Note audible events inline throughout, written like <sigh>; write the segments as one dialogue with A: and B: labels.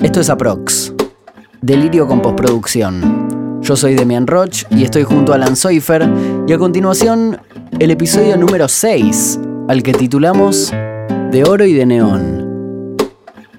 A: Esto es Aprox. Delirio con postproducción. Yo soy Demian Roch y estoy junto a Alan Soifer. Y a continuación, el episodio número 6, al que titulamos De Oro y de Neón.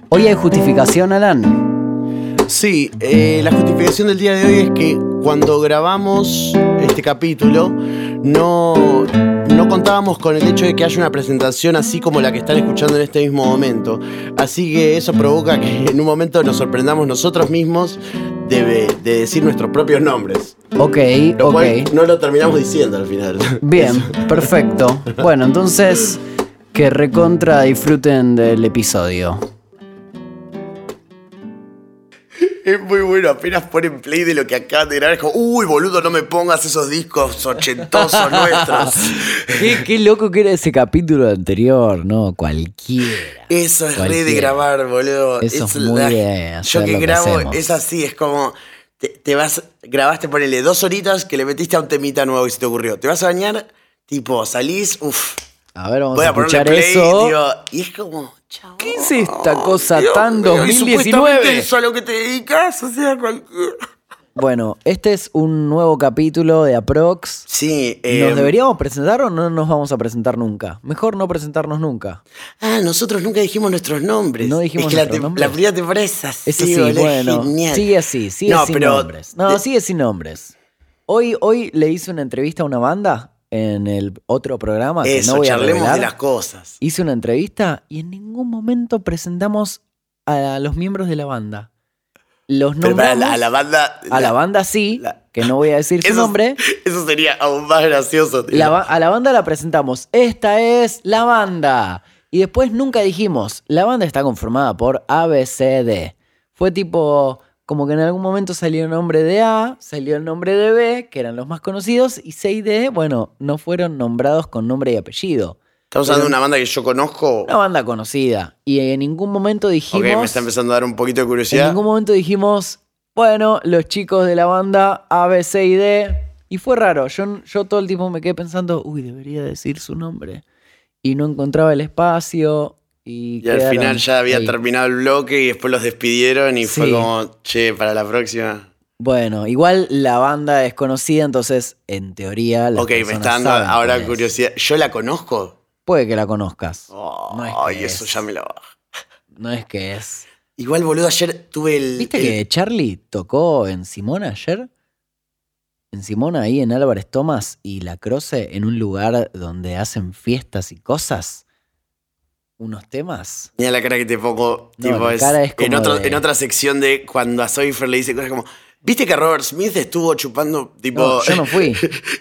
A: Hoy hay justificación, Alan.
B: Sí, eh, la justificación del día de hoy es que cuando grabamos este capítulo no, no contábamos con el hecho de que haya una presentación así como la que están escuchando en este mismo momento. Así que eso provoca que <laughs> en un momento nos sorprendamos nosotros mismos de, de decir nuestros propios nombres.
A: Ok,
B: Lo
A: ok.
B: cual no lo terminamos diciendo al final. <laughs>
A: Bien, perfecto. Bueno, entonces, que recontra disfruten del episodio.
B: Es muy bueno, apenas ponen play de lo que acá de grabar. es como, Uy, boludo, no me pongas esos discos ochentosos <laughs> nuestros.
A: Qué, qué loco que era ese capítulo anterior, ¿no? Cualquiera.
B: Eso es re de
A: Cualquiera.
B: grabar, boludo.
A: Eso es muy de hacer
B: Yo que
A: lo que
B: grabo
A: hacemos.
B: es así, es como. Te, te vas, grabaste, ponele dos horitas que le metiste a un temita nuevo y se te ocurrió. Te vas a bañar, tipo, salís, uff,
A: A ver, vamos
B: voy
A: a
B: a ponerle
A: escuchar
B: play,
A: eso.
B: digo, y es como, chao.
A: ¿Qué es esta cosa
B: Dios
A: tan
B: mío, y
A: 2019?
B: supuestamente Eso a lo que te dedicas, o sea, cualquier.
A: Bueno, este es un nuevo capítulo de Aprox.
B: Sí, eh,
A: ¿Nos deberíamos presentar o no nos vamos a presentar nunca? Mejor no presentarnos nunca.
B: Ah, nosotros nunca dijimos nuestros nombres.
A: No dijimos
B: es que la
A: nuestros
B: te-
A: nombres.
B: La primera temporada es así,
A: Es así,
B: boludo, es
A: bueno.
B: genial.
A: Sigue así, sigue
B: No,
A: sin
B: pero-
A: nombres. No,
B: de-
A: sigue sin nombres. Hoy, hoy le hice una entrevista a una banda en el otro programa que
B: Eso,
A: no voy a
B: charlemos
A: revelar.
B: de las cosas.
A: Hice una entrevista y en ningún momento presentamos a los miembros de la banda. Los
B: Pero
A: nombramos
B: para la, a la banda.
A: a la banda sí,
B: la-
A: que no voy a decir su
B: Eso-
A: nombre.
B: Eso sería aún más gracioso. tío.
A: La ba- a la banda la presentamos. Esta es la banda. Y después nunca dijimos, la banda está conformada por ABCD. Fue tipo, como que en algún momento salió el nombre de A, salió el nombre de B, que eran los más conocidos, y C y D, bueno, no fueron nombrados con nombre y apellido.
B: Estamos hablando de una banda que yo conozco.
A: Una banda conocida. Y en ningún momento
B: ok,
A: dijimos...
B: me está empezando a dar un poquito de
A: En
B: curiosidad.
A: ningún momento dijimos, bueno, los chicos de la banda A, B, C y D. Y fue raro. Yo, yo todo el tiempo me quedé pensando, uy, debería decir su nombre. Y no encontraba el espacio. Y,
B: Y al
A: quedaron
B: final ya había
A: ahí.
B: terminado el bloque y después los despidieron y fue
A: Sí.
B: como, che, para la próxima.
A: Bueno, igual la banda es conocida, entonces, en teoría, la
B: ok, me está dando ahora curiosidad. ¿Yo la conozco?
A: Puede que la conozcas.
B: Oh,
A: No es
B: ay,
A: que
B: eso
A: es.
B: ya me la baja.
A: No es que es.
B: Igual, boludo, ayer tuve el.
A: ¿Viste
B: el-
A: que Charlie tocó en Simona ayer? En Simona, ahí en Álvarez Tomás y La Croce, en un lugar donde hacen fiestas y cosas. Unos temas.
B: Mira la cara que te pongo.
A: No,
B: tipo,
A: la
B: es-
A: cara es como
B: en, otro-
A: de-
B: en otra sección de cuando a Soifer le dice cosas como. ¿Viste que Robert Smith estuvo chupando, tipo.
A: No, Oh, yo no fui.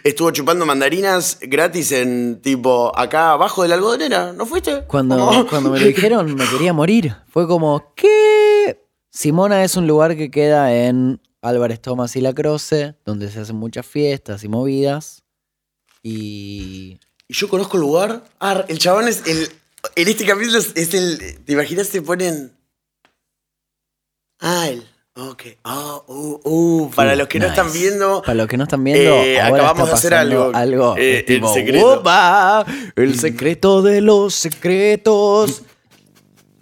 B: estuvo chupando mandarinas gratis en, tipo, acá abajo de la algodonera? ¿No fuiste?
A: Cuando,
B: Como-
A: cuando
B: <laughs>
A: me lo dijeron, me quería morir. Fue como, ¿qué? Simona es un lugar que queda en Álvarez Tomás y La Croce, donde se hacen muchas fiestas y movidas. Y
B: Y yo conozco el lugar. Ah, el chabón es el. En este capítulo es, es el. ¿Te imaginas? Te ponen. Ah, el. Ok. Ah, uh, uh, para
A: Uh,
B: los que no
A: nice.
B: están viendo,
A: Para los que no están viendo,
B: Eh,
A: ahora
B: acabamos
A: está
B: de hacer
A: pasando
B: algo.
A: algo que
B: Eh,
A: es tipo,
B: el secreto.
A: "Opa, el secreto de los secretos.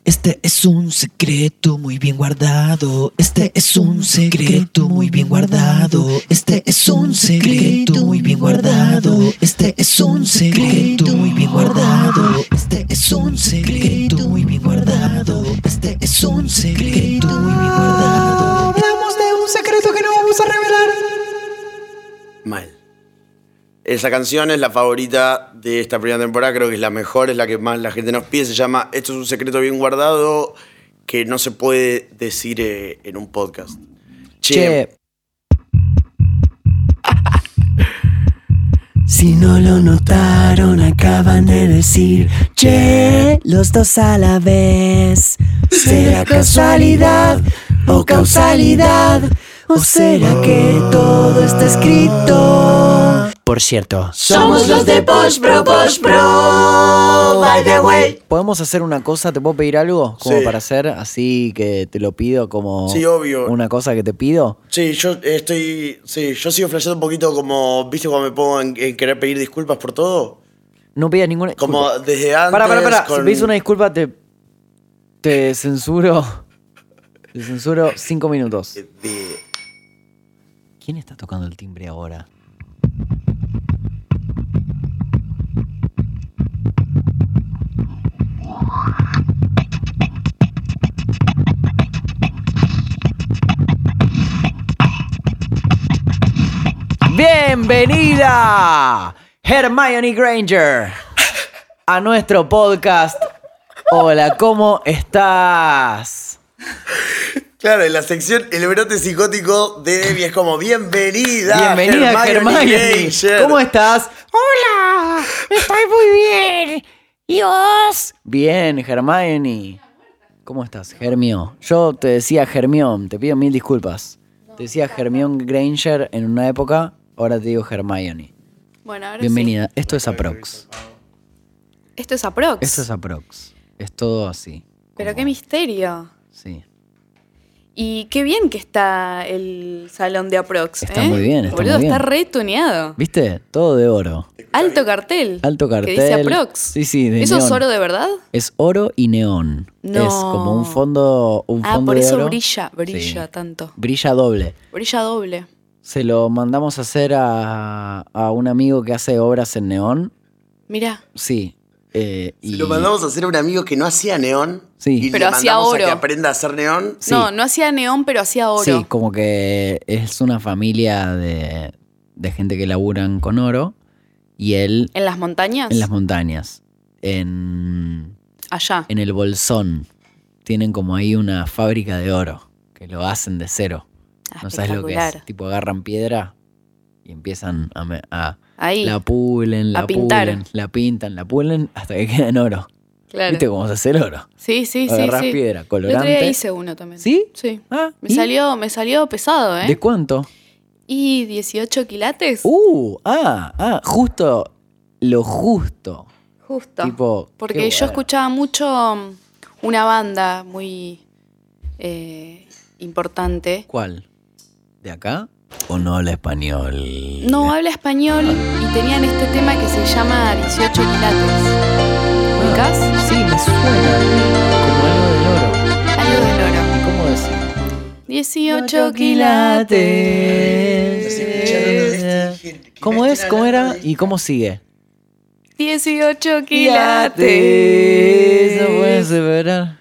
C: Este es un secreto muy bien guardado. Este es un secreto muy bien guardado. Este es un secreto muy bien guardado. Este es un secreto muy bien guardado. Este es un secreto muy bien guardado. Este es un secreto muy bien guardado. Hablamos de un secreto que no vamos a revelar.
B: mal. Esa canción es la favorita de esta primera temporada, creo que es la mejor, es la que más la gente nos pide. Se llama Esto es un secreto bien guardado que no se puede decir eh, en un podcast. Che,
A: Che,
C: Si no lo notaron, acaban de decir, che, los dos a la vez. ¿Será casualidad o causalidad? ¿O será que todo está escrito?
A: por cierto,
C: Somos los de Posh Pro, Posh Pro, by the way.
A: ¿podemos hacer una cosa? ¿Te puedo pedir algo? Como
B: Sí.
A: para hacer, así que te lo pido como
B: Sí, obvio.
A: una cosa que te pido.
B: Sí, yo eh, estoy. Sí, yo sigo flasheando un poquito como. ¿Viste cuando me pongo en, en querer pedir disculpas por todo?
A: No pidas ninguna
B: Como
A: disculpa.
B: desde antes.
A: Para, para, para. Si
B: con-
A: pedís una disculpa, te, te censuro Te censuro cinco minutos.
B: de-
A: ¿Quién está tocando el timbre ahora? Bienvenida, Hermione Granger, a nuestro podcast. Hola, ¿cómo estás?
B: Claro, en la sección El brote psicótico de Debbie es como bienvenida.
A: Bienvenida,
B: Hermione
A: Hermione.
B: Granger".
A: ¿Cómo estás? Hola, estoy muy bien. ¿Y vos? Bien, Hermione. ¿Cómo estás, Germio? Yo te decía Germión, te pido mil disculpas. Te decía Germión Granger en una época, ahora te digo Hermione.
D: Bueno, ahora
A: Bienvenida. Esto es Aprox.
D: sí. Esto es aprox.
A: Esto es Aprox. Es todo así.
D: Pero
A: como-
D: qué misterio.
A: Sí.
D: Y qué bien que está el salón de aprox.
A: Está
D: ¿eh?
A: muy bien, está
D: Boludo,
A: muy bien.
D: está retuneado.
A: ¿Viste? Todo de oro.
D: Alto cartel.
A: Alto cartel.
D: Que dice aprox.
A: Sí, sí, de
D: ¿Eso es
A: neón.
D: oro de verdad?
A: Es oro y neón.
D: No.
A: Es como un fondo, un
D: ah,
A: fondo
D: por
A: de
D: eso
A: oro.
D: brilla, brilla
A: Sí.
D: tanto.
A: Brilla doble.
D: Brilla doble.
A: Se lo mandamos a hacer a, a un amigo que hace obras en neón.
D: Mirá.
A: Sí. eh,
B: Se
A: y-
B: Lo mandamos a hacer a un amigo que no hacía neón.
A: Sí.
B: Y
D: Pero
B: le
D: hacía
B: mandamos
D: oro.
B: A que aprenda a hacer neón.
A: Sí.
D: No, no hacía neón, pero hacía oro.
A: Sí, como que es una familia de, de gente que laburan con oro y él
D: ¿En las montañas?
A: en las montañas, en,
D: Allá.
A: en el Bolsón. Tienen como ahí una fábrica de oro que lo hacen de cero.
D: Ah,
A: No sabes lo que
D: espectacular.
A: es. Tipo, agarran piedra y empiezan a, me- a-
D: Ahí.
A: la pulen, la
D: A pintar.
A: pulen, la pintan, la pulen hasta que queda en oro.
D: claro.
A: ¿Viste cómo se hace el oro?
D: Sí, sí, sí,
A: Agarrás
D: sí.
A: piedra,
D: El otro día
A: colorante.
D: hice uno también.
A: ¿Sí?
D: Sí.
A: Ah,
D: Me
A: ¿y?
D: salió, me salió pesado, ¿eh?
A: ¿De cuánto?
D: Y 18 quilates.
A: Uh, ah, ah, justo lo justo.
D: Justo.
A: Tipo,
D: Porque
A: qué
D: yo
A: bueno.
D: escuchaba mucho mm, una banda muy eh, importante.
A: ¿Cuál? ¿De acá? ¿O no habla español?
D: No habla español y tenían este tema que se llama 18 quilates.
A: Ah,
D: ¿Ubicás?
A: Sí, me suena. Como algo del oro.
D: Algo del oro.
A: ¿Y cómo decir?
D: 18 quilates.
A: ¿Cómo es? ¿Cómo era? ¿Y cómo sigue?
D: 18
A: Quilates. No puede
D: quilates.
A: superar.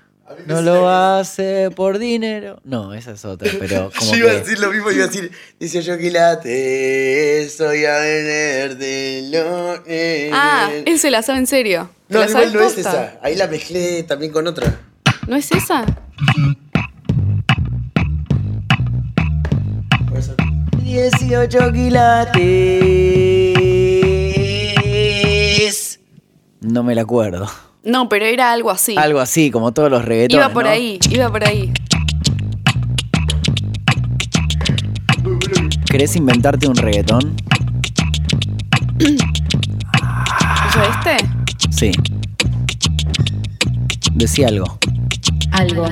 A: No lo hace por dinero. No, esa es otra,
B: <laughs>
A: pero como
B: Yo iba a
A: que-
B: decir lo mismo, iba a decir, dice yo quilate, soy a venderte lo
D: Ah, él se la sabe en serio. ¿Te
B: No,
D: la
B: igual
D: sabes
B: no es
D: posta?
B: esa. Ahí la mezclé también con otra.
D: ¿No es esa?
B: Por eso.
A: 18 quilates. No me la acuerdo.
D: No, pero era algo así.
A: Algo así, como todos los reggaetones.
D: Iba por
A: ¿no?
D: ahí, iba por ahí.
A: ¿Querés inventarte un reggaetón?
D: ¿Yo este?
A: Sí. Decí algo.
E: Algo.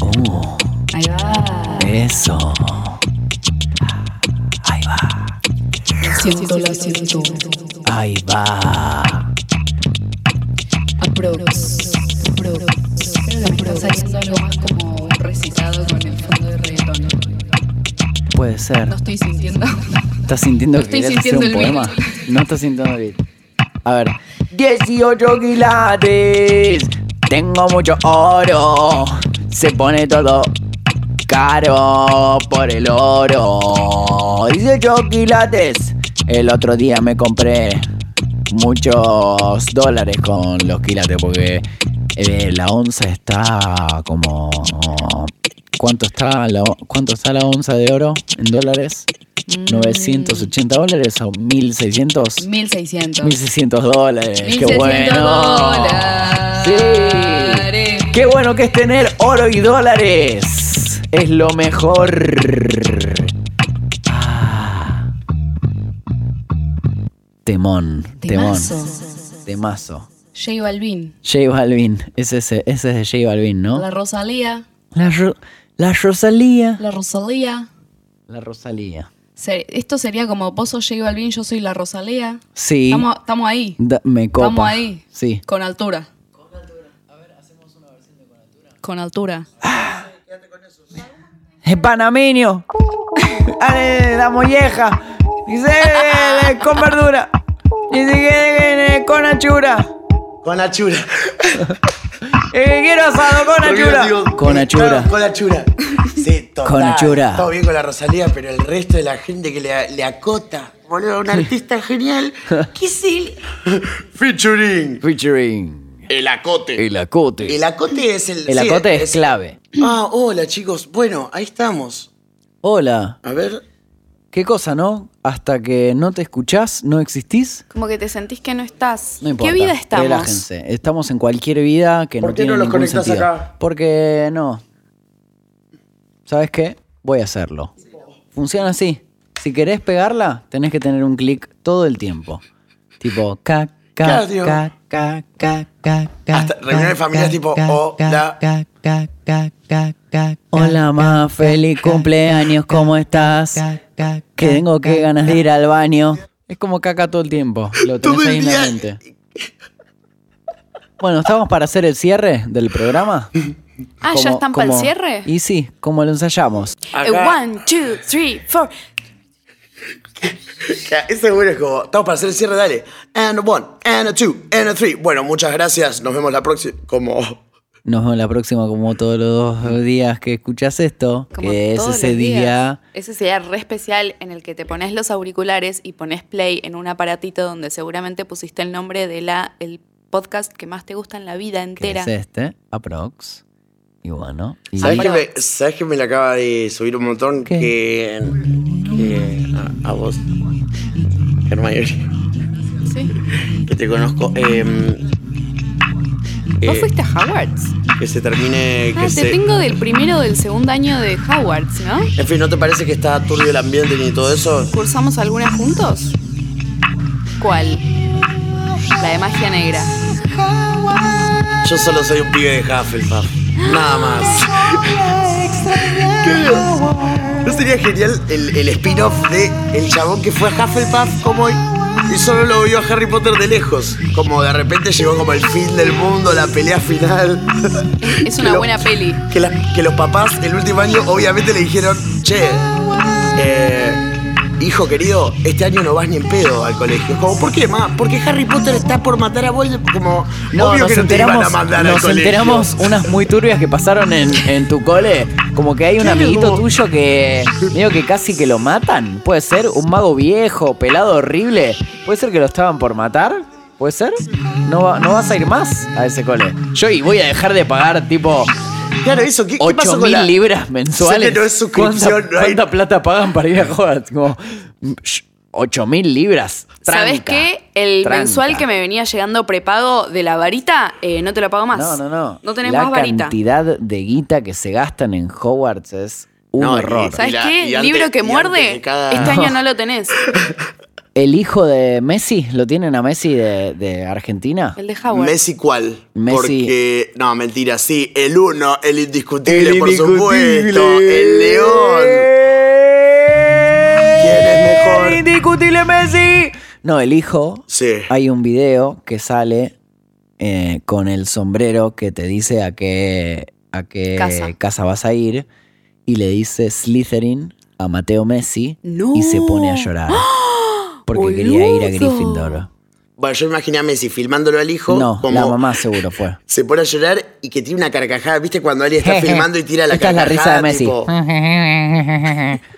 A: Oh,
E: Ahí va.
A: eso. Ahí va.
E: Siento la siento.
A: Ahí va.
E: Aprox. Aprox. Creo que me está saliendo algo más como un recitado con el fondo de reggaetón.
A: Puede ser.
E: No estoy sintiendo. <laughs>
A: ¿Estás sintiendo que
E: estoy
A: querés
E: sintiendo
A: hacer un
E: el
A: poema? No estás sintiendo el beat. A ver. 18 quilates. Tengo mucho oro. Se pone todo caro por el oro. 18 quilates. El otro día me compré muchos dólares con los quilates porque eh, la onza está como... ¿Cuánto está, la, ¿Cuánto está la onza de oro en dólares? 980 dólares o 1600?
E: 1600.
A: 1600 dólares. ¡Qué
E: 1600
A: bueno!
E: dólares.
A: ¡Sí! ¡Qué bueno que es tener oro y dólares! Es lo mejor. Ah. Temón, temón.
E: Temazo.
A: Temazo.
E: J Balvin.
A: J Balvin, ese, ese, ese es de J Balvin, ¿no?
E: La Rosalía.
A: La, Ro- la Rosalía.
E: La Rosalía.
A: La Rosalía.
E: Se- Esto sería como vos sos J Balvin, yo soy la Rosalía.
A: Sí.
E: Estamos estamos ahí.
A: Da- me copa.
E: Estamos ahí.
A: Sí.
E: Con altura. Con altura. A ver, hacemos una versión de con altura. Con altura.
A: Es panameño. Ale, la molleja. Dice, eh, con verdura. Dice que eh, con achura.
B: Con achura.
A: Eh, quiero asado con achura. Con achura.
B: Con achura. Sí, total.
A: Con achura.
B: Todo bien con la Rosalía, pero el resto de la gente que le, le acota. Boludo, un artista
A: <laughs>
B: genial. ¿Qué es él? Featuring.
A: Featuring.
B: El acote.
A: El acote.
B: El acote es el.
A: El
B: sí,
A: acote es clave.
B: Ah, hola chicos. Bueno, ahí estamos.
A: Hola.
B: A ver.
A: Qué cosa, ¿no? Hasta que no te escuchás, no existís.
D: Como que te sentís que no estás.
A: No importa.
D: ¿Qué vida estamos?
A: Relájense. Estamos en cualquier vida que
B: ¿Por
A: no
B: qué
A: tiene
B: no los
A: ningún
B: conectás
A: sentido.
B: acá?
A: Porque no. ¿Sabes qué? Voy a hacerlo. Funciona así. Si querés pegarla, tenés que tener un clic todo el tiempo. Tipo, ca, ca,
B: Claro, tío.
A: ca, ca, ca, ca, ca,
B: Hasta reuniones de familias tipo, hola.
A: Hola, ma, feliz cumpleaños, ¿cómo estás? Que tengo que ganas de ir al baño. Es como caca todo el tiempo. Lo tenés
B: Todo el
A: ahí en la
B: día.
A: mente. Bueno, ¿estamos para hacer el cierre del programa?
D: Ah, ¿ya están para el cierre?
A: Y sí, como lo ensayamos.
D: Eh, one, two, three, four.
B: Ese seguro es como. Estamos para hacer el cierre, dale. And a one, and a two, and a three. Bueno, muchas gracias. Nos vemos la próxima. Como.
A: Nos vemos la próxima, como todos los dos días que escuchas esto,
D: Como
A: que es
D: todos
A: ese
D: los días.
A: día.
D: Ese día re especial en el que te pones los auriculares y pones play en un aparatito donde seguramente pusiste el nombre de la el podcast que más te gusta en la vida
A: que
D: entera.
A: es este, aprox. Y bueno, y
B: ¿Sabes que,
D: Amor.
B: me, ¿Sabes que me la acaba de subir un montón?
A: ¿Qué?
B: Que. que a, a vos, Germán,
D: Sí.
B: que te conozco. em,
D: Vos
B: eh,
D: fuiste a Howards.
B: que se termine.
D: Ah,
B: Que
D: te
B: se,
D: tengo del primero o del segundo año de Howards, ¿no?
B: En fin, ¿no te parece que está turbio el ambiente ni todo eso?
D: ¿Cursamos alguna juntos? ¿Cuál? La de magia negra.
B: Yo solo soy un pibe de Hufflepuff. Nada más. Ah. ¿Qué bien. ¿No sería genial el, el spin-off de el chabón que fue a Hufflepuff como y- y solo lo vio a Harry Potter de lejos? Como de repente llegó como el fin del mundo, la pelea final.
D: Es una
B: Lo-
D: buena peli.
B: Que, la- que los papás el último año obviamente le dijeron, che, eh, hijo querido, este año no vas ni en pedo al colegio. Como, ¿por qué, ma? Porque Harry Potter está por matar a Voldemort. Como,
A: No,
B: obvio
A: nos
B: que no te iban
A: enteramos,
B: a mandar al
A: nos
B: colegio.
A: enteramos unas muy turbias que pasaron en, en tu cole. Como que hay un
B: Claro,
A: amiguito
B: como-
A: tuyo que medio que casi que lo matan. Puede ser un mago viejo, pelado horrible. Puede ser que lo estaban por matar. Puede ser. No, va- no vas a ir más a ese cole. Yo y voy a dejar de pagar tipo
B: Claro, eso, ¿qué, qué pasó
A: 8
B: con
A: mil
B: la...
A: libras mensuales.
B: Sé que no es suscripción,
A: ¿Cuánta,
B: no hay-
A: cuánta plata pagan para ir a Hogwarts? Como 8 mil libras.
D: ¿Sabes
A: Tranca,
D: qué? El
A: tranca.
D: mensual que me venía llegando prepago de la varita, eh, no te lo pago más.
A: No, no, no.
D: No tenés
A: la
D: más varita.
A: cantidad de guita que se gastan en Hogwarts es un
B: No, y-
A: horror.
D: ¿Sabes
B: Y la-
D: qué?
B: y antes-
D: Libro
B: y
D: que
B: antes
D: muerde,
B: de cada-
D: este año no
B: <laughs>
D: lo tenés.
A: El hijo de Messi, ¿lo tienen a Messi de, de Argentina?
D: El de Howard.
B: Messi cuál?
A: Messi.
B: Porque, no, mentira, sí, el uno, el indiscutible,
A: El
B: por supuesto, el león. ¿Quién es mejor?
A: indiscutible Messi! No, el hijo.
B: Sí.
A: Hay un video que sale eh, con el sombrero que te dice a qué, a qué
D: Casa.
A: vas a ir y le dice Slytherin a Mateo Messi
D: No.
A: y se pone a
D: <gasps>
A: llorar porque quería ir a
D: boludo.
A: Gryffindor.
B: Bueno, yo imaginé a Messi filmándolo al hijo.
A: No,
B: como
A: la mamá seguro fue.
B: Se pone a llorar y que tiene una carcajada. ¿Viste cuando alguien está
A: <laughs> Jeje.
B: filmando y tira la
A: Esta es la risa
B: carcajada?
A: de Messi. Ah.
B: tipo,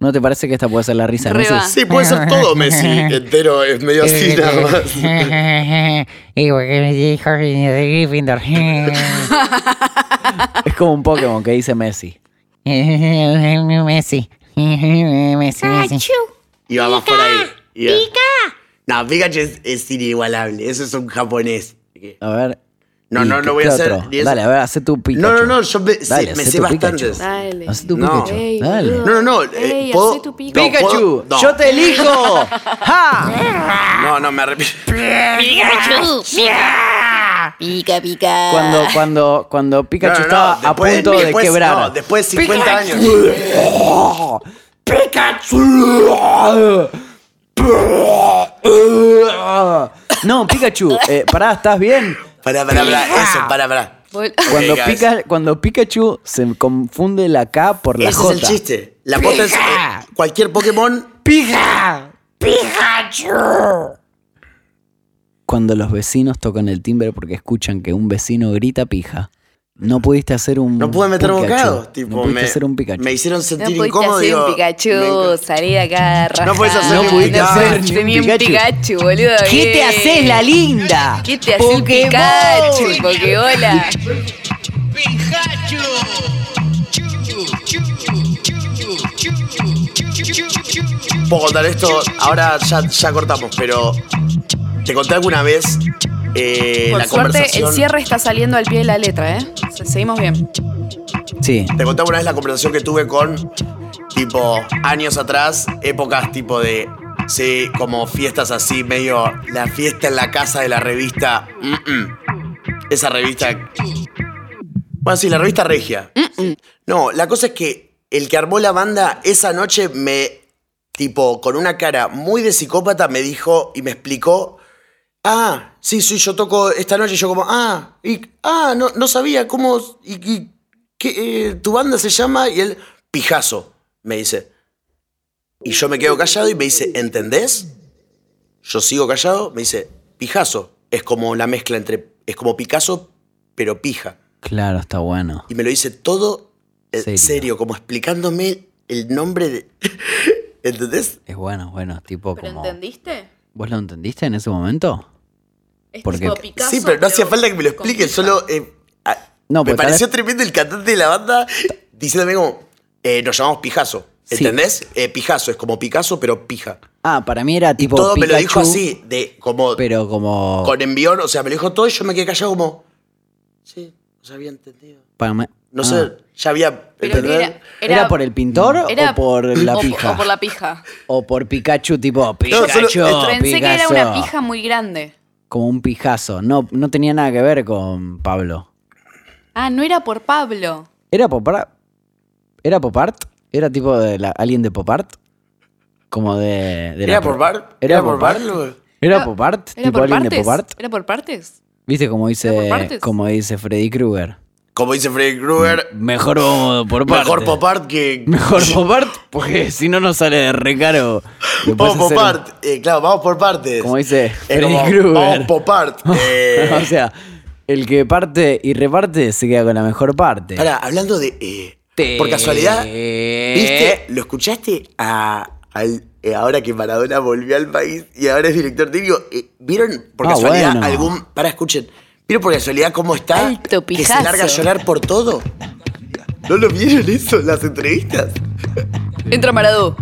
A: ¿No te parece que esta puede ser la risa de
D: Re
A: Messi?
D: va.
B: sí, puede ser todo Messi entero, es medio así nada más.
A: <laughs>
F: y porque me dijo de Gryffindor.
A: <laughs> Es como un Pokémon que dice Messi.
F: Messi. Messi, Messi.
B: Y va más por ahí. Y- No, Pikachu es, es inigualable. Eso es un japonés.
A: A ver.
B: No,
A: ¿y
B: no,
A: qué-
B: no voy
A: qué
B: a hacer
A: otro?
B: ni eso.
A: Dale, a ver, hace tu Pikachu.
B: No, no, no, yo me,
A: Dale,
B: sé- me
A: sé
B: sé
A: tu Pikachu.
B: bastantes.
D: Dale.
A: Hace tu
B: No.
A: Pikachu.
D: Ey,
A: Dale.
D: boludo.
B: No, no, no, eh,
D: Ey,
B: puedo-
D: hacé tu pica.
B: No,
A: ¡Pikachu!
B: puedo- no.
A: ¡Yo te elijo!
B: <laughs>
A: ¡Ja!
B: No, no, me arrepiento.
E: Pica, pica.
A: Cuando, cuando, cuando Pikachu
B: No, no,
A: estaba a
B: después-
A: punto de
B: después-
A: quebrar.
B: No, después de 50 años.
A: No, Pikachu, eh, pará, ¿estás bien? eh,
B: Pará, pará, pará. Eso, pará, pará.
D: Vol-
A: Cuando,
B: Ok, guys.
A: pica, cuando Pikachu se confunde la K por la
B: Ese
A: J.
B: es el chiste. La posta es eh, cualquier Pokémon.
A: Cuando los vecinos tocan el timbre porque escuchan que un vecino grita pija. No pudiste hacer un.
B: No pude meter
A: Pikachu.
B: bocados.
A: no
B: Tipo,
A: pudiste
B: me,
A: hacer un Pikachu.
B: me hicieron
D: <laughs> No
B: sentir
D: pudiste
B: incómodo.
D: hacer
B: digo,
D: un
B: me
D: Pikachu,
B: enc-
D: salí de acá, raja.
B: No podés hacer
A: No ni un pudiste Pikachu. hacer ni un
D: Tenía un
A: Pikachu.
D: Pikachu, boludo.
A: ¿Qué te
D: eh.
A: haces, la linda?
D: ¿Qué te hace un
A: Pokémon. Eh,
D: Pikachu? Porque hola.
B: Puedo contar esto. Ahora ya, ya cortamos, pero te conté alguna vez eh,
D: Por
B: la
D: suerte,
B: conversación.
D: el cierre está saliendo al pie de la letra, ¿eh? Se- Seguimos bien.
A: Sí.
B: Te conté alguna vez la conversación que tuve con, tipo, años atrás, épocas tipo de, sí, como fiestas así, medio la fiesta en la casa de la revista. mm, mm. Esa revista. Bueno, sí, la revista Regia. No, la cosa es que el que armó la banda esa noche me, tipo, con una cara muy de psicópata, me dijo y me explicó. Ah, sí, sí, yo toco esta noche y yo como, ah, y, ah, no, no sabía cómo, y, y ¿qué, eh, tu banda se llama, y él, Pijazo, me dice. Y yo me quedo callado y me dice, ¿entendés? Yo sigo callado, me dice, Pijazo, es como la mezcla entre, es como Picasso, pero pija.
A: Claro, está bueno.
B: Y me lo dice todo en
A: Serio.
B: serio, como explicándome el nombre de... <laughs> ¿Entendés?
A: Es bueno, es bueno. Tipo como.
D: entendiste?
A: ¿Vos lo entendiste en ese momento? Porque- tipo
B: sí, pero no hacía falta que me lo expliquen, solo... eh, ah,
A: No,
B: me
A: porque tal
B: pareció
A: vez-
B: tremendo el cantante de la banda diciéndome como, eh, nos llamamos Pijazo.
A: Sí.
B: ¿Entendés? Eh, pijazo, es como Picasso, pero pija.
A: Ah, para mí era tipo.
B: todo me lo dijo
A: Pikachu,
B: así, de como
A: Pero como.
B: con envión, o sea, me lo dijo todo y yo me quedé callado como. Sí, no había entendido.
A: para mí-
B: No
A: ah.
B: sé, ya había.
D: Pero
B: ¿entendés?
D: era,
A: ¿Era, por el pintor
D: era-
A: o por la
D: o-
A: pija?
D: O por la pija.
A: Pikachu, tipo
B: solo-
A: Pikachu.
D: Pensé que era
A: Picasso.
D: una pija muy grande.
A: Como un pijazo. No, no tenía nada que ver con Pablo.
D: Ah, no era por Pablo.
A: ¿Era pop art? ¿Era pop art? ¿Era tipo de la- alguien de pop art? Como de. de la
B: ¿Era
A: pro-
B: por bar?
A: ¿Era, pop art? ¿Era pop art?
D: ¿Era
A: ¿Tipo
D: por
A: alguien de
D: partes?
A: pop art?
D: ¿Era por partes?
A: ¿Viste como
D: ¿Era por
A: dice,
D: partes?
A: como dice Freddy Krueger?
B: Como dice Freddy Krueger,
A: Mejor vamos por partes.
B: mejor pop art que.
A: <laughs>
B: <laughs>
A: Mejor pop art, porque si no nos sale de recaro. Lo puedes
B: Vamos pop
A: hacer-
B: art. Eh, claro, vamos por partes.
A: Como dice
B: Eh,
A: Freddy
B: como,
A: Krueger.
B: Vamos
A: <laughs>
B: pop art. Eh,
A: o sea, el que parte y reparte se queda con la mejor parte.
B: Ahora, hablando de. eh,
A: Te-
B: Por casualidad,
A: <laughs>
B: ¿viste? ¿Lo escuchaste a, al- eh, ahora que Maradona volvió al país y ahora es director técnico? eh, ¿Vieron por
A: Ah,
B: casualidad
A: bueno.
B: algún. Para, escuchen. ¿Vieron por casualidad cómo está?
D: Alto
B: que se
D: pijazo.
B: larga a llorar por todo. ¿No lo vieron eso en las entrevistas?
D: Entra Maradú.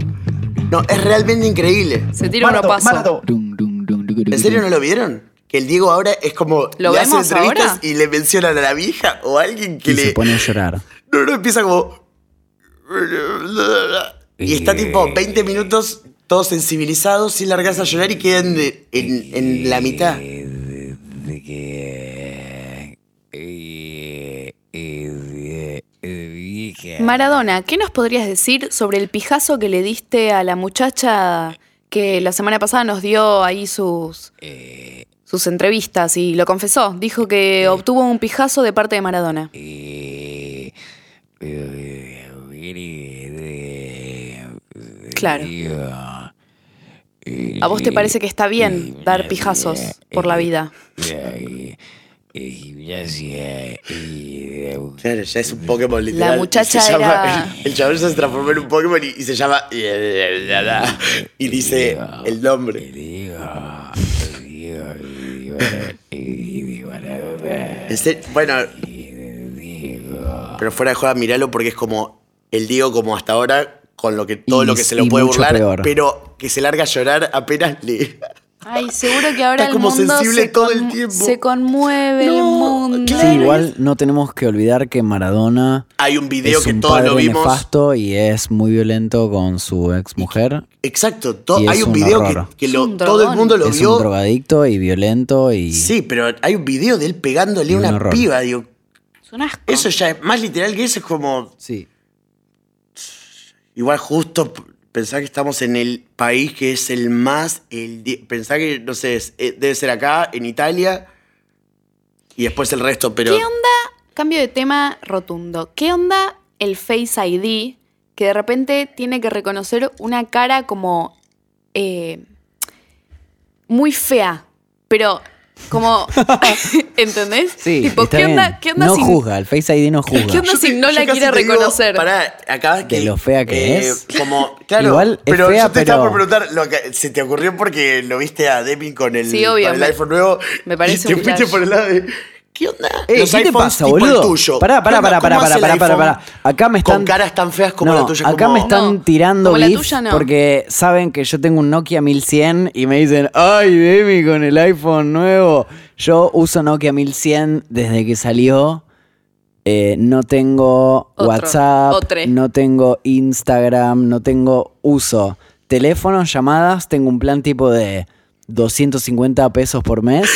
B: No, es realmente increíble.
D: Se tira una paso.
B: ¿En serio no lo vieron? Que el Diego ahora es como.
D: ¿Lo
B: le
D: vemos
B: hacen entrevistas
D: ahora?
B: y le mencionan a la vieja o a alguien que
A: Y
B: le.
A: se pone a llorar.
B: No, no, empieza como. Y está tipo 20 minutos todos sensibilizados sin largarse a llorar y quedan de- en, en la mitad.
D: Maradona, ¿qué nos podrías decir sobre el pijazo que le diste a la muchacha que la semana pasada nos dio ahí sus, sus entrevistas y lo confesó? Dijo que obtuvo un pijazo de parte de Maradona. Claro. ¿A vos te parece que está bien dar pijazos por la vida?
B: Claro, ya es un Pokémon
D: literal. La muchacha Se llama- era-
B: <laughs> el, chabón se transformó en un Pokémon y, se llama. Y dice el nombre. Este, Bueno. Pero fuera de joda, miralo porque es como el Diego, como hasta ahora, con lo que todo
A: Y-
B: lo que se
A: y
B: lo puede
A: mucho
B: burlar,
A: peor.
B: pero que se larga a llorar apenas le. <laughs>
D: Ay, seguro que ahora
B: Está
D: el
B: como
D: mundo
B: sensible
D: se,
B: todo el
D: conmu-
B: tiempo.
D: se conmueve el
B: No,
D: mundo.
A: Sí, igual no tenemos que olvidar que Maradona
B: Hay un video
A: es
B: que
A: un
B: todos
A: padre
B: lo vimos.
A: nefasto y es muy violento con su ex mujer.
B: Exacto, to-
A: Y es
B: hay un
A: un
B: video
A: horror.
B: que, que
D: Es
B: lo-
D: un
B: todo el
D: drogón.
B: mundo lo
A: es un
B: vio.
A: drogadicto y violento y
B: Sí, pero hay un video de él pegándole
A: Y
B: a
A: un
B: una
A: horror.
B: piba. Digo,
D: Es un asco.
B: eso ya es más literal que eso, es como.
A: Sí.
B: Igual justo p- pensar que estamos en el país que es el más. El, di- pensar que, no sé, es- eh, debe ser acá, en Italia. Y después el resto, pero.
D: ¿Qué onda Cambio de tema rotundo. ¿Qué onda el Face ID que de repente tiene que reconocer una cara como eh, muy fea? Pero
A: <laughs>
D: como, ¿entendés?
A: Sí,
D: Tipo,
A: está
D: ¿qué onda,
A: bien.
D: qué onda
A: no
D: si-
A: juzga, el Face ID no juzga.
D: ¿Qué onda
B: Yo
D: si
B: te-
D: <laughs> no
B: yo
D: la
B: casi
D: quiere
B: te digo,
D: reconocer?
B: pará, acabas que. eh,
A: De lo fea que es. <laughs>
B: Como, claro.
A: Igual es
B: pero
A: fea,
B: yo te estaba por
A: pero-
B: preguntar, lo que, ¿se te ocurrió porque lo viste a Debbie con el,
D: Sí, obvio,
B: con el
D: me-
B: iPhone nuevo?
D: me parece
B: Y te
D: un
B: fuiste
D: flash.
B: por el lado de. ¿Qué onda?
A: Ey,
B: Los
A: Eh, ¿Qué te
B: iPhones
A: pasa,
B: tipo el
A: boludo?
B: tuyo.
A: Pará, pará,
B: ¿Qué onda?
A: pará,
B: ¿Cómo
A: pará,
B: hace
A: pará,
B: el
A: pará, pará,
B: iPhone
A: pará. Acá me están.
B: Con caras tan feas como
A: No,
B: la tuya.
A: Acá
B: como-
A: me están
D: No,
A: tirando
D: como la
A: beef
D: tuya, no.
A: porque saben que yo tengo un Nokia 1100 y me dicen, ay, baby, con el iPhone nuevo. Yo uso Nokia 1100 desde que salió. Eh, no tengo
D: Otro,
A: WhatsApp,
D: otre.
A: no tengo Instagram, no tengo uso. Teléfonos, llamadas, tengo un plan tipo de 250 pesos por mes.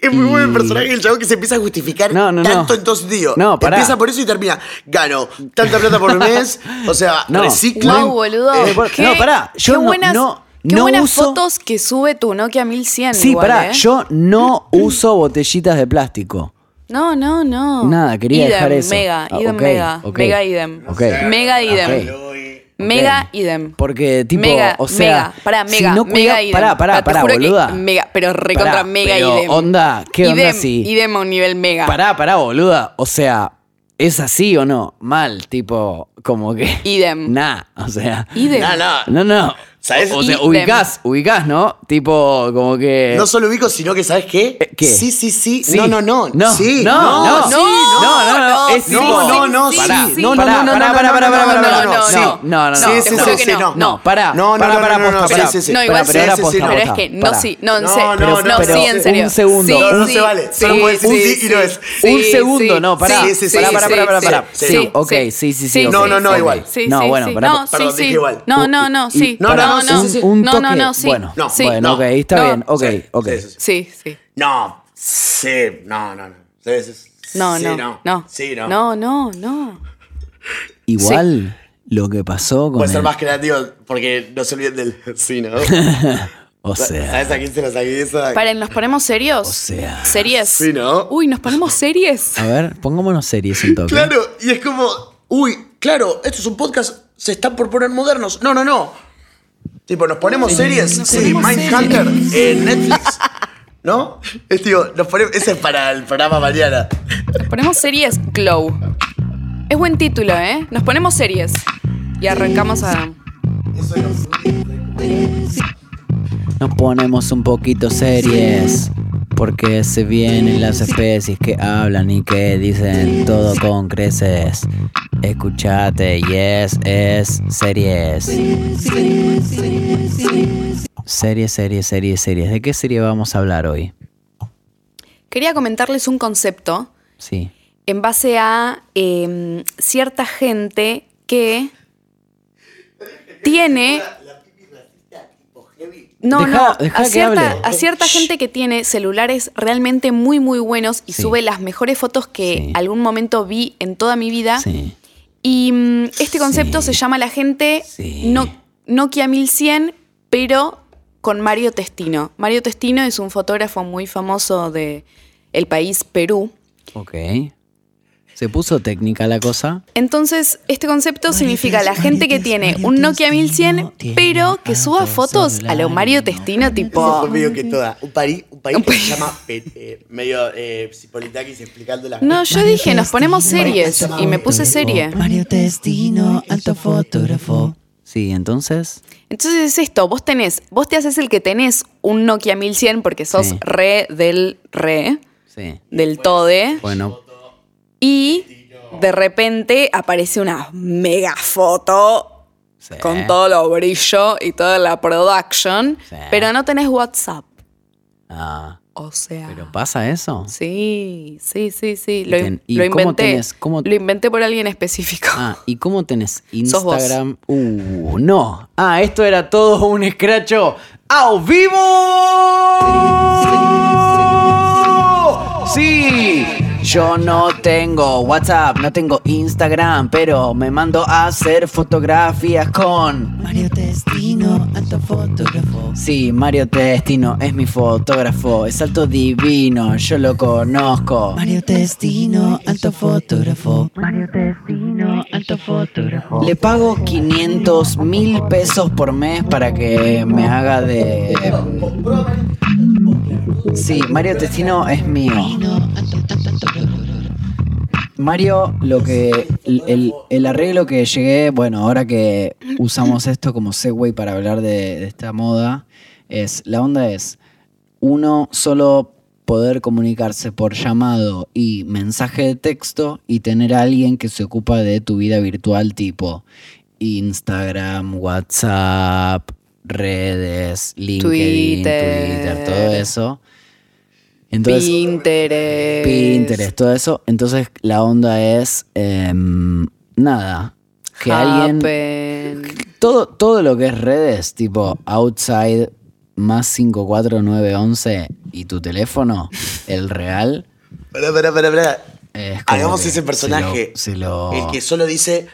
B: Es muy buen personaje el chavo que se empieza a justificar
A: No, no, no.
B: tanto en todo sentido.
A: No, pará.
B: Empieza por eso y termina. Gano tanta plata por mes. O sea,
A: <laughs> No.
B: reciclo.
D: Wow, boludo.
A: Eh, por-
D: qué,
A: no, pará, yo
D: qué
A: no-
D: buenas,
A: no-
D: qué
A: no
D: buenas
A: uso-
D: fotos que sube tu Nokia 1100.
A: Sí,
D: igual,
A: pará,
D: ¿eh?
A: yo no uso botellitas de plástico.
D: No, no, no.
A: Nada, quería
D: Idem,
A: dejar eso.
D: Mega,
A: Ah,
D: idem,
A: ok,
D: mega.
A: ok.
D: Mega idem.
A: Ah, Ok.
D: Mega idem. Mega idem.
A: Porque, tipo,
D: mega,
A: o sea,
D: mega, pará,
A: si
D: mega,
A: no cuida-
D: mega idem.
A: pará, pará,
D: Ah, te
A: pará,
D: juro que
A: boluda.
D: Mega, pero recontra
A: Pará,
D: mega
A: pero
D: idem.
A: onda, ¿qué onda
D: idem,
A: si-
D: Idem a un nivel mega.
A: Pará, pará, boluda. O sea, ¿es así o no? Mal, tipo, como que.
D: Idem.
A: <laughs> Nah, o sea.
D: Idem.
B: No,
A: No,
B: no.
A: no.
B: ¿Sabes?
A: O, o sea,
D: Idem.
A: ubicás, ubicás, ¿no? Tipo, como que.
B: No solo ubico, sino que, ¿sabes qué?
A: Eh, ¿Qué?
B: Sí, sí, sí.
A: Sí.
B: No, no, no.
A: No,
B: sí,
A: no, no,
B: sí,
A: no, no, no,
D: no,
A: es
D: sí,
A: tipo-
D: sí,
B: no, no, sí,
A: Pará,
B: sí.
A: no, no,
B: Pará,
A: no, no,
B: pará,
A: no,
B: pará,
A: no, no,
B: pará, pará,
A: no,
B: pará,
A: no,
B: pará,
A: no,
B: sí.
A: no, no, no,
B: Sí,
A: no,
B: sí,
A: no,
B: sí,
A: pará,
B: sí, no.
A: no, pará,
B: No, no,
A: pará,
B: no,
A: pará,
B: no, no,
A: posta,
B: no,
A: pará,
B: sí, sí, sí.
A: pará,
D: No, igual
A: pero
D: sí,
A: ahora
B: sí, sí,
A: posta,
B: sí.
D: Pero es
A: posta,
D: que no,
A: pará.
D: sí, no, en
B: No,
D: serio.
B: no, no, pero
D: sí, en serio.
A: un segundo.
D: Sí,
B: No, no
D: sí,
B: se vale. Solo
D: sí,
B: puedes decir
D: sí,
B: sí y no es.
D: sí,
A: un
D: sí,
A: segundo, no, pará,
B: sí, sí,
A: pará,
B: sí,
A: pará,
B: sí,
A: pará, pará,
B: sí,
A: pará. Sí,
B: sí, sí,
A: ok, sí, sí, sí.
D: sí,
A: ok.
B: No, no, no,
A: Ok.
B: igual.
D: Sí,
A: No,
D: sí,
A: bueno,
D: sí.
A: pará.
D: No, sí,
B: perdón,
D: sí.
B: dije igual.
D: No, no, no, sí.
B: No, no,
D: Pará,
B: no, sí, sí, sí.
A: Un
D: No, no,
A: toque.
D: no, sí.
A: Bueno,
B: No,
D: sí.
A: bueno, ok, está
D: No.
A: bien, ok,
B: Sí,
A: ok.
B: sí, sí, sí.
D: Sí, sí.
B: No, sí, no, no, no. Sí, sí, sí,
D: No,
B: sí,
D: no, no.
B: Sí, no.
D: No, no, no.
A: Igual lo que pasó con
B: Puede ser
A: el-
B: más creativo porque no se olviden del <laughs> sí,
A: <laughs>
B: ¿no?
A: o sea,
B: ¿Sabes a quién se la saqué esa?
D: Paren, ¿nos ponemos serios?
A: o sea,
D: Series.
B: Sí, ¿no?
D: Uy, ¿nos ponemos series?
A: a ver, pongámonos serios un toque.
B: Claro, y es como, uy, claro, esto es un podcast, se están por poner modernos. No, no, no. Tipo, nos ponemos series, sí, Mindhunter en Netflix. ¿No? Es tipo, nos ponemos, ese es para el programa mañana.
D: Nos ponemos series, Glow. Es buen título, ¿eh? Nos ponemos series. Y arrancamos a...
A: Nos ponemos un poquito series. Porque se vienen las especies que hablan y que dicen todo con creces. Escuchate, yes, es series. Series, series, series, series. ¿De qué serie vamos a hablar hoy?
D: Quería comentarles un concepto
A: Sí.
D: en base a eh, cierta gente que tiene... No,
A: Dejá-
D: no,
A: dejá
D: a,
A: que
D: cierta,
A: hable.
D: a cierta gente que tiene celulares realmente muy, muy buenos y
A: Sí.
D: sube las mejores fotos que
A: Sí.
D: algún momento vi en toda mi vida.
A: Sí.
D: Y mm, este concepto
A: Sí.
D: se llama la gente
A: Sí.
D: no, Nokia 1100, pero con Mario Testino. Mario Testino es un fotógrafo muy famoso de el país Perú.
A: Ok. ¿Se puso técnica la cosa?
D: Entonces, este concepto significa la gente que tiene un Nokia 1100, pero que suba fotos a lo Mario Testino,
B: Eso
D: tipo...
B: fue medio que toda. Un, país, un país
D: Un
B: que
D: país.
B: se llama eh, eh, medio eh, Politakis explicando las
D: No, yo dije, nos ponemos series, y me puse serie.
C: Mario Testino, alto fotógrafo.
A: Sí, entonces.
D: Entonces es esto, vos tenés, vos te haces el que tenés un Nokia 1100 porque sos
A: Sí.
D: re del re,
A: Sí.
D: del tode.
A: Bueno,
D: Y de repente aparece una mega foto
A: sí.
D: con todo lo brillo y toda la production,
A: Sí.
D: pero no tenés WhatsApp.
A: Ah,
D: O sea.
A: ¿pero pasa eso?
D: sí, sí, sí, sí.
A: Y
D: Lo,
A: ten- y
D: lo
A: cómo
D: inventé.
A: tenés- cómo-
D: Lo inventé por alguien específico.
A: Ah, ¿y cómo tenés
D: Sos vos.
A: Instagram? Uh, no. Ah, esto era todo un escracho ¡Ao vivo. Sí, Yo no tengo WhatsApp, no tengo Instagram, pero me mando a hacer fotografías con.
C: Mario Testino, alto fotógrafo.
A: Sí, Mario Testino es mi fotógrafo, es alto divino, yo lo conozco.
C: Mario Testino, alto fotógrafo. Mario Testino, alto fotógrafo.
A: Le pago 500 mil pesos por mes para que me haga de... mm, Sí, Mario Testino es mío.
C: Testino, alto, alto, alto fotógrafo.
A: Mario, lo que el, el- el arreglo que llegué, bueno, ahora que usamos esto como segue para hablar de, de esta moda, es la onda es uno solo poder comunicarse por llamado y mensaje de texto y tener a alguien que se ocupa de tu vida virtual tipo Instagram, WhatsApp, redes, LinkedIn,
D: Twitter.
A: Twitter todo eso. Entonces,
D: Pinterest.
A: Pinterest, todo eso. Entonces la onda es em, nada. Que alguien.
D: Happen.
A: Todo, todo lo que es redes, tipo outside más 54911 y tu teléfono, el real.
B: Pará, pará, pará, pará.
A: es como
B: Hagamos
A: que
B: ese personaje.
A: Se lo. se lo-
B: El que solo dice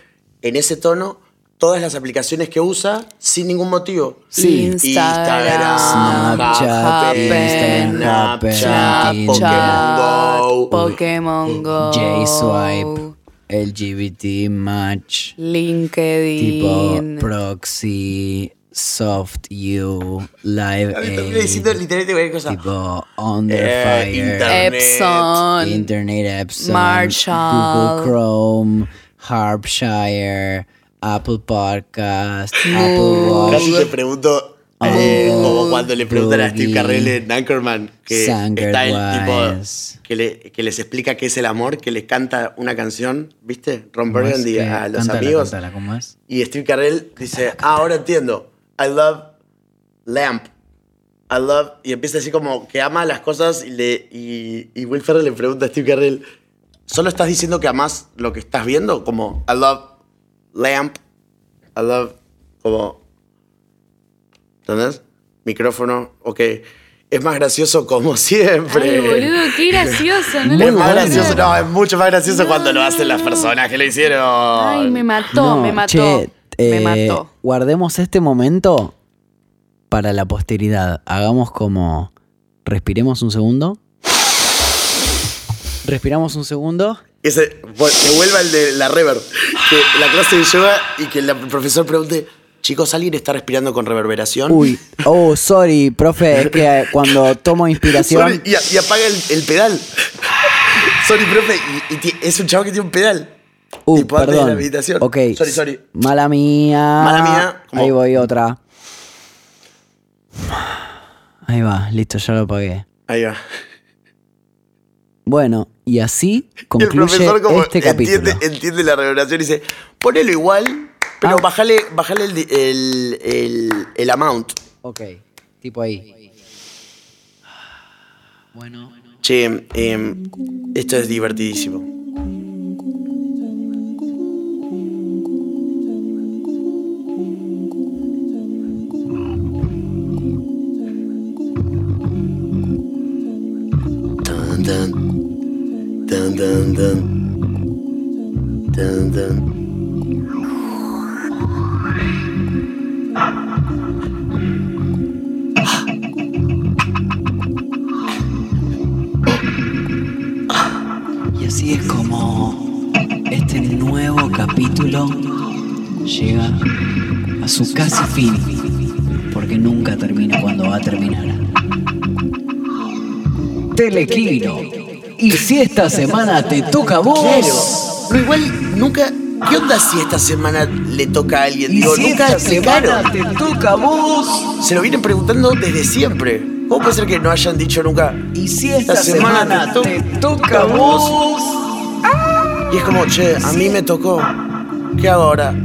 B: en ese tono todas las aplicaciones que usa sin ningún motivo.
A: Sí.
D: Instagram,
A: Snapchat,
D: Happen,
A: Instagram, Happen,
B: Snapchat,
A: Snapchat,
B: Pokémon Go.
D: Pokémon Go,
A: J-Swipe, LGBT Match. Tipo
D: LinkedIn,
A: Proxy, Soft You, Live
B: A mí también me diciendo
A: Aid,
B: literalmente cualquier cosa.
A: tipo Under
B: Eh,
A: Fire,
B: Internet.
D: Epson,
A: Internet Epson,
D: Marshall.
A: Google Chrome, Harpshire, Apple Podcast, Apple
B: Casi
A: Watch,
B: te pregunto, eh,
A: Oh,
B: como cuando le preguntan a Steve
A: Boogie.
B: Carrell en Anchorman, que
A: Sangerwise.
B: está el tipo que, le- que les explica qué es el amor, que les canta una canción, ¿viste? Ron
A: ¿cómo es
B: Burgundy
A: que-
B: a los
A: este, cántala,
B: amigos.
A: cántala, ¿cómo es?
B: Y Steve Carell dice, ah, ahora entiendo. I love lamp. I love... Y empieza así como que ama las cosas y, le, y, y Will Ferrell le pregunta a Steve Carell, ¿solo estás diciendo que amas lo que estás viendo? Como, I love lamp. I love... Como... ¿Entendés? Micrófono. Ok. Es más gracioso como <laughs> siempre.
G: Ay, boludo, qué gracioso, ¿no?
B: es
G: lo
B: más
G: puedo
B: gracioso,
G: creer.
B: no, es mucho más gracioso
G: No,
B: cuando lo
G: no,
B: hacen las
G: no.
B: personas que lo hicieron.
D: Ay, me mató,
A: No,
D: me mató.
A: che,
D: me
A: eh,
D: mató.
A: Guardemos este momento para la posteridad. Hagamos como. Respiremos un segundo. Respiramos un segundo.
B: Que se, pues, que vuelva el de la reverb. Que la clase de yoga y que la- el profesor pregunte, chicos, ¿alguien está respirando con reverberación?
A: Uy, oh, sorry, profe, es que eh, cuando tomo
B: Sorry,
A: inspiración.
B: y, a- y apaga el, el pedal. sorry, profe. Y, y ti- es un chavo que tiene un pedal.
A: Uh,
B: tipo antes de la
A: perdón.
B: meditación.
A: Ok.
B: Sorry, sorry.
A: Mala mía.
B: Mala mía, como-
A: Ahí voy otra. Ahí va, listo, ya lo apagué.
B: Ahí va.
A: Bueno, y así
B: <laughs> Y el
A: concluye
B: profesor como
A: este capítulo.
B: entiende, entiende la reverberación y dice, ponelo igual, pero
A: Ah.
B: bajale, bajale el, di- el, el, el amount.
A: Ok, tipo ahí. Bueno,
B: Che, em, esto es divertidísimo. Tan, tan. Tan, tan, tan. Tan, tan.
A: y así es como este nuevo capítulo llega a su casi fin, porque nunca termina cuando va a terminar. Telequino. Y si esta semana te toca a vos,
B: No, igual nunca. ¿Qué onda si esta semana le toca a alguien?
A: y
B: Digo,
A: si
B: nunca
A: esta semana
B: explicaron.
A: te toca a vos,
B: Se lo vienen preguntando desde siempre. ¿Cómo puede ser que no hayan dicho nunca?
A: y si esta,
B: Esta semana
A: semana,
B: te
A: te toca a vos.
B: Y es como, che, a mí me tocó. ¿Qué hago ahora? <laughs>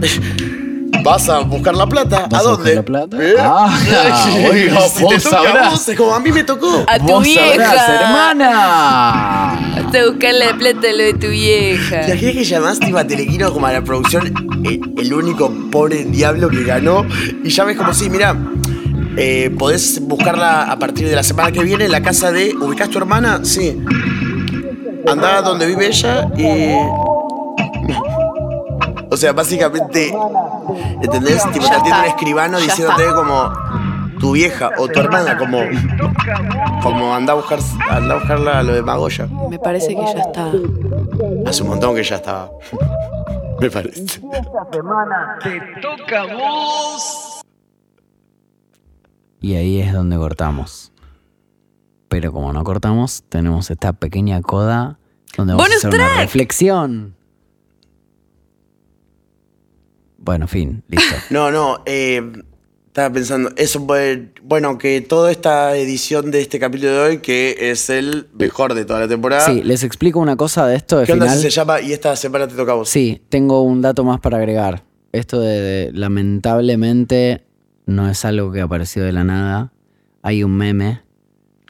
B: Vas a buscar la plata.
A: ¿Vas a buscar la plata? <laughs> Ah,
B: oiga, si te toca a vos, es como, a mí me tocó.
G: A tu
A: Vos
G: vieja.
A: sabrás, hermana.
G: Vas a buscar la plata a lo de tu vieja.
B: ¿Te imaginas que llamaste tipo, a Telequino como a la producción eh, el único pobre diablo que ganó? Y llames como, sí, mira, eh, podés buscarla a partir de la semana que viene en la casa de... ¿Ubicás tu hermana? Sí. andaba donde vive ella y. <laughs> O sea, básicamente. ¿Entendés? Tipo,
D: Ya
B: te atiende un
D: está.
B: escribano
D: Ya
B: diciéndote
D: está.
B: como tu vieja o tu hermana, como. Como anda a buscar, anda a buscarla a lo de Magoya.
D: Me parece que ya está.
B: Hace un montón que ya estaba. Me parece.
A: Y ahí es donde cortamos. Pero como no cortamos, tenemos esta pequeña coda donde vamos a
G: Bonus
A: hacer una
G: track.
A: reflexión. Bueno, fin,
B: <laughs>
A: listo.
B: No, no, eh, estaba pensando, eso fue- bueno, que toda esta edición de este capítulo de hoy, que es el mejor de toda la temporada.
A: Sí, les explico una cosa de esto de
B: Ah. ¿Qué onda si
A: final.
B: se llama y esta semana te toca a vos?
A: Sí, tengo un dato más para agregar. Esto de, de- lamentablemente no es algo que apareció de la nada. Hay un meme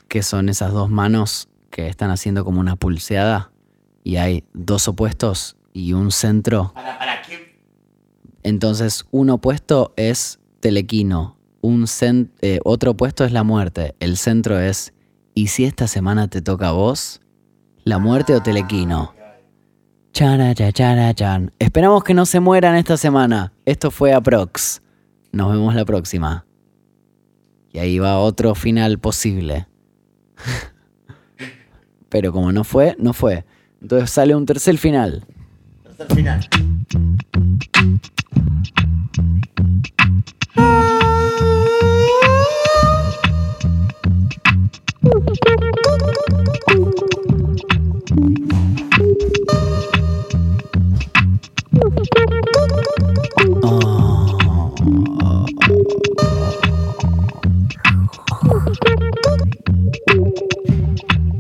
A: que son esas dos manos que están haciendo como una pulseada y hay dos opuestos y un centro. Entonces, un opuesto es telequino, un cen- eh, otro opuesto es la muerte, el centro es ¿y si esta semana te toca a vos? ¿La muerte o telequino? Chara, cha, chara, chan. Esperamos que no se mueran esta semana. Esto fue Aprox. Nos vemos la próxima. Y ahí va otro final posible. <laughs> Pero como no fue, no fue. Entonces sale un tercer final.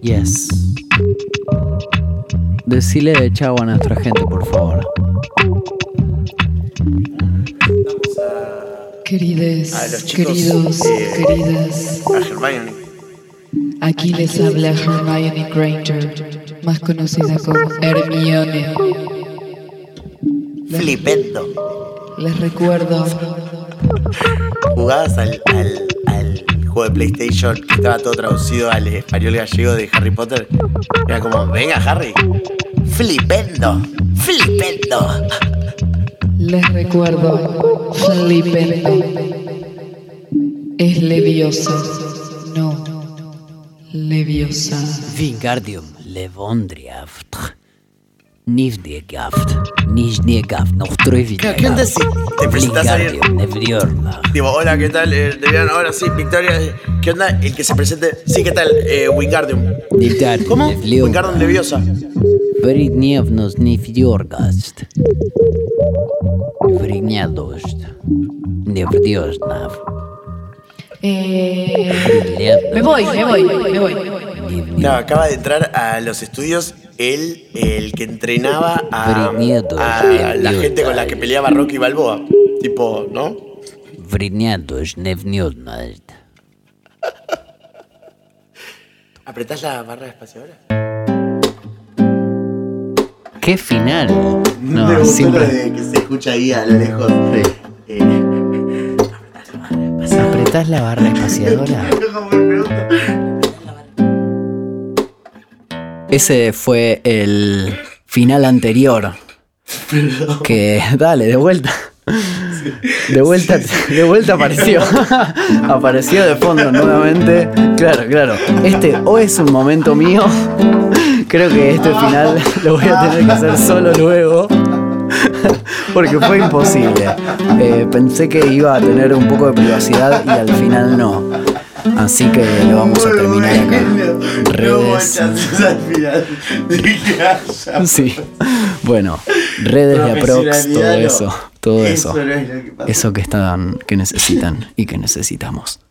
A: Yes. Decile chau a nuestra gente, por favor.
E: Querides,
B: A Ah, los chicos,
E: queridos,
B: eh,
E: queridas,
B: A Hermione.
E: aquí les habla Hermione Granger, más conocida como Hermione.
B: Flipendo.
E: Les recuerdo,
B: Jugabas al, al, al juego de PlayStation que estaba todo traducido al español gallego de Harry Potter. Era como, venga Harry. Flipendo. Flipendo.
E: les recuerdo, flipendo. Es leviosa, no, leviosa.
A: Wingardium Levondriaft. Nivdegaft. Nijnegaft. Nochtrövigaft.
B: ¿Qué onda si te presentás a alguien?
A: Wingardium Levdiorna.
B: Digo, hola, ¿qué tal? Eh, Debian, ahora sí, Victoria. eh, ¿Qué onda? El que se presente. Sí, ¿qué tal? Eh, Wingardium.
A: Wingardium
B: ¿Cómo?
A: Leviosa.
B: Wingardium Leviosa.
A: Бридневнос нефьоргаст. Бринядост. Невдёжнав.
E: Me voy, me voy, me voy.
B: No, acaba de entrar a los estudios el, el que entrenaba a,
A: Brinieto.
B: a la gente con la que peleaba Rocky Balboa. Tipo, ¿no?
A: Бринядост невнёднаст.
B: ¿Apretás la barra espaciadora?
A: ¿Qué final? No, siempre
B: que se escucha ahí a lo lejos. Eh,
A: apretás la barra espaciadora. Ese fue el final anterior. Que dale, de vuelta. De vuelta, de vuelta apareció. apareció de fondo nuevamente. Claro, claro. Este o es un momento mío. Creo que este final lo voy a tener que hacer solo luego. <laughs> Porque fue imposible. Eh, pensé que iba a tener un poco de privacidad y al final no. Así que lo vamos a terminar acá. Redes. Sí. Bueno, redes de aprox, todo eso, todo eso. Eso que están, que necesitan y que necesitamos.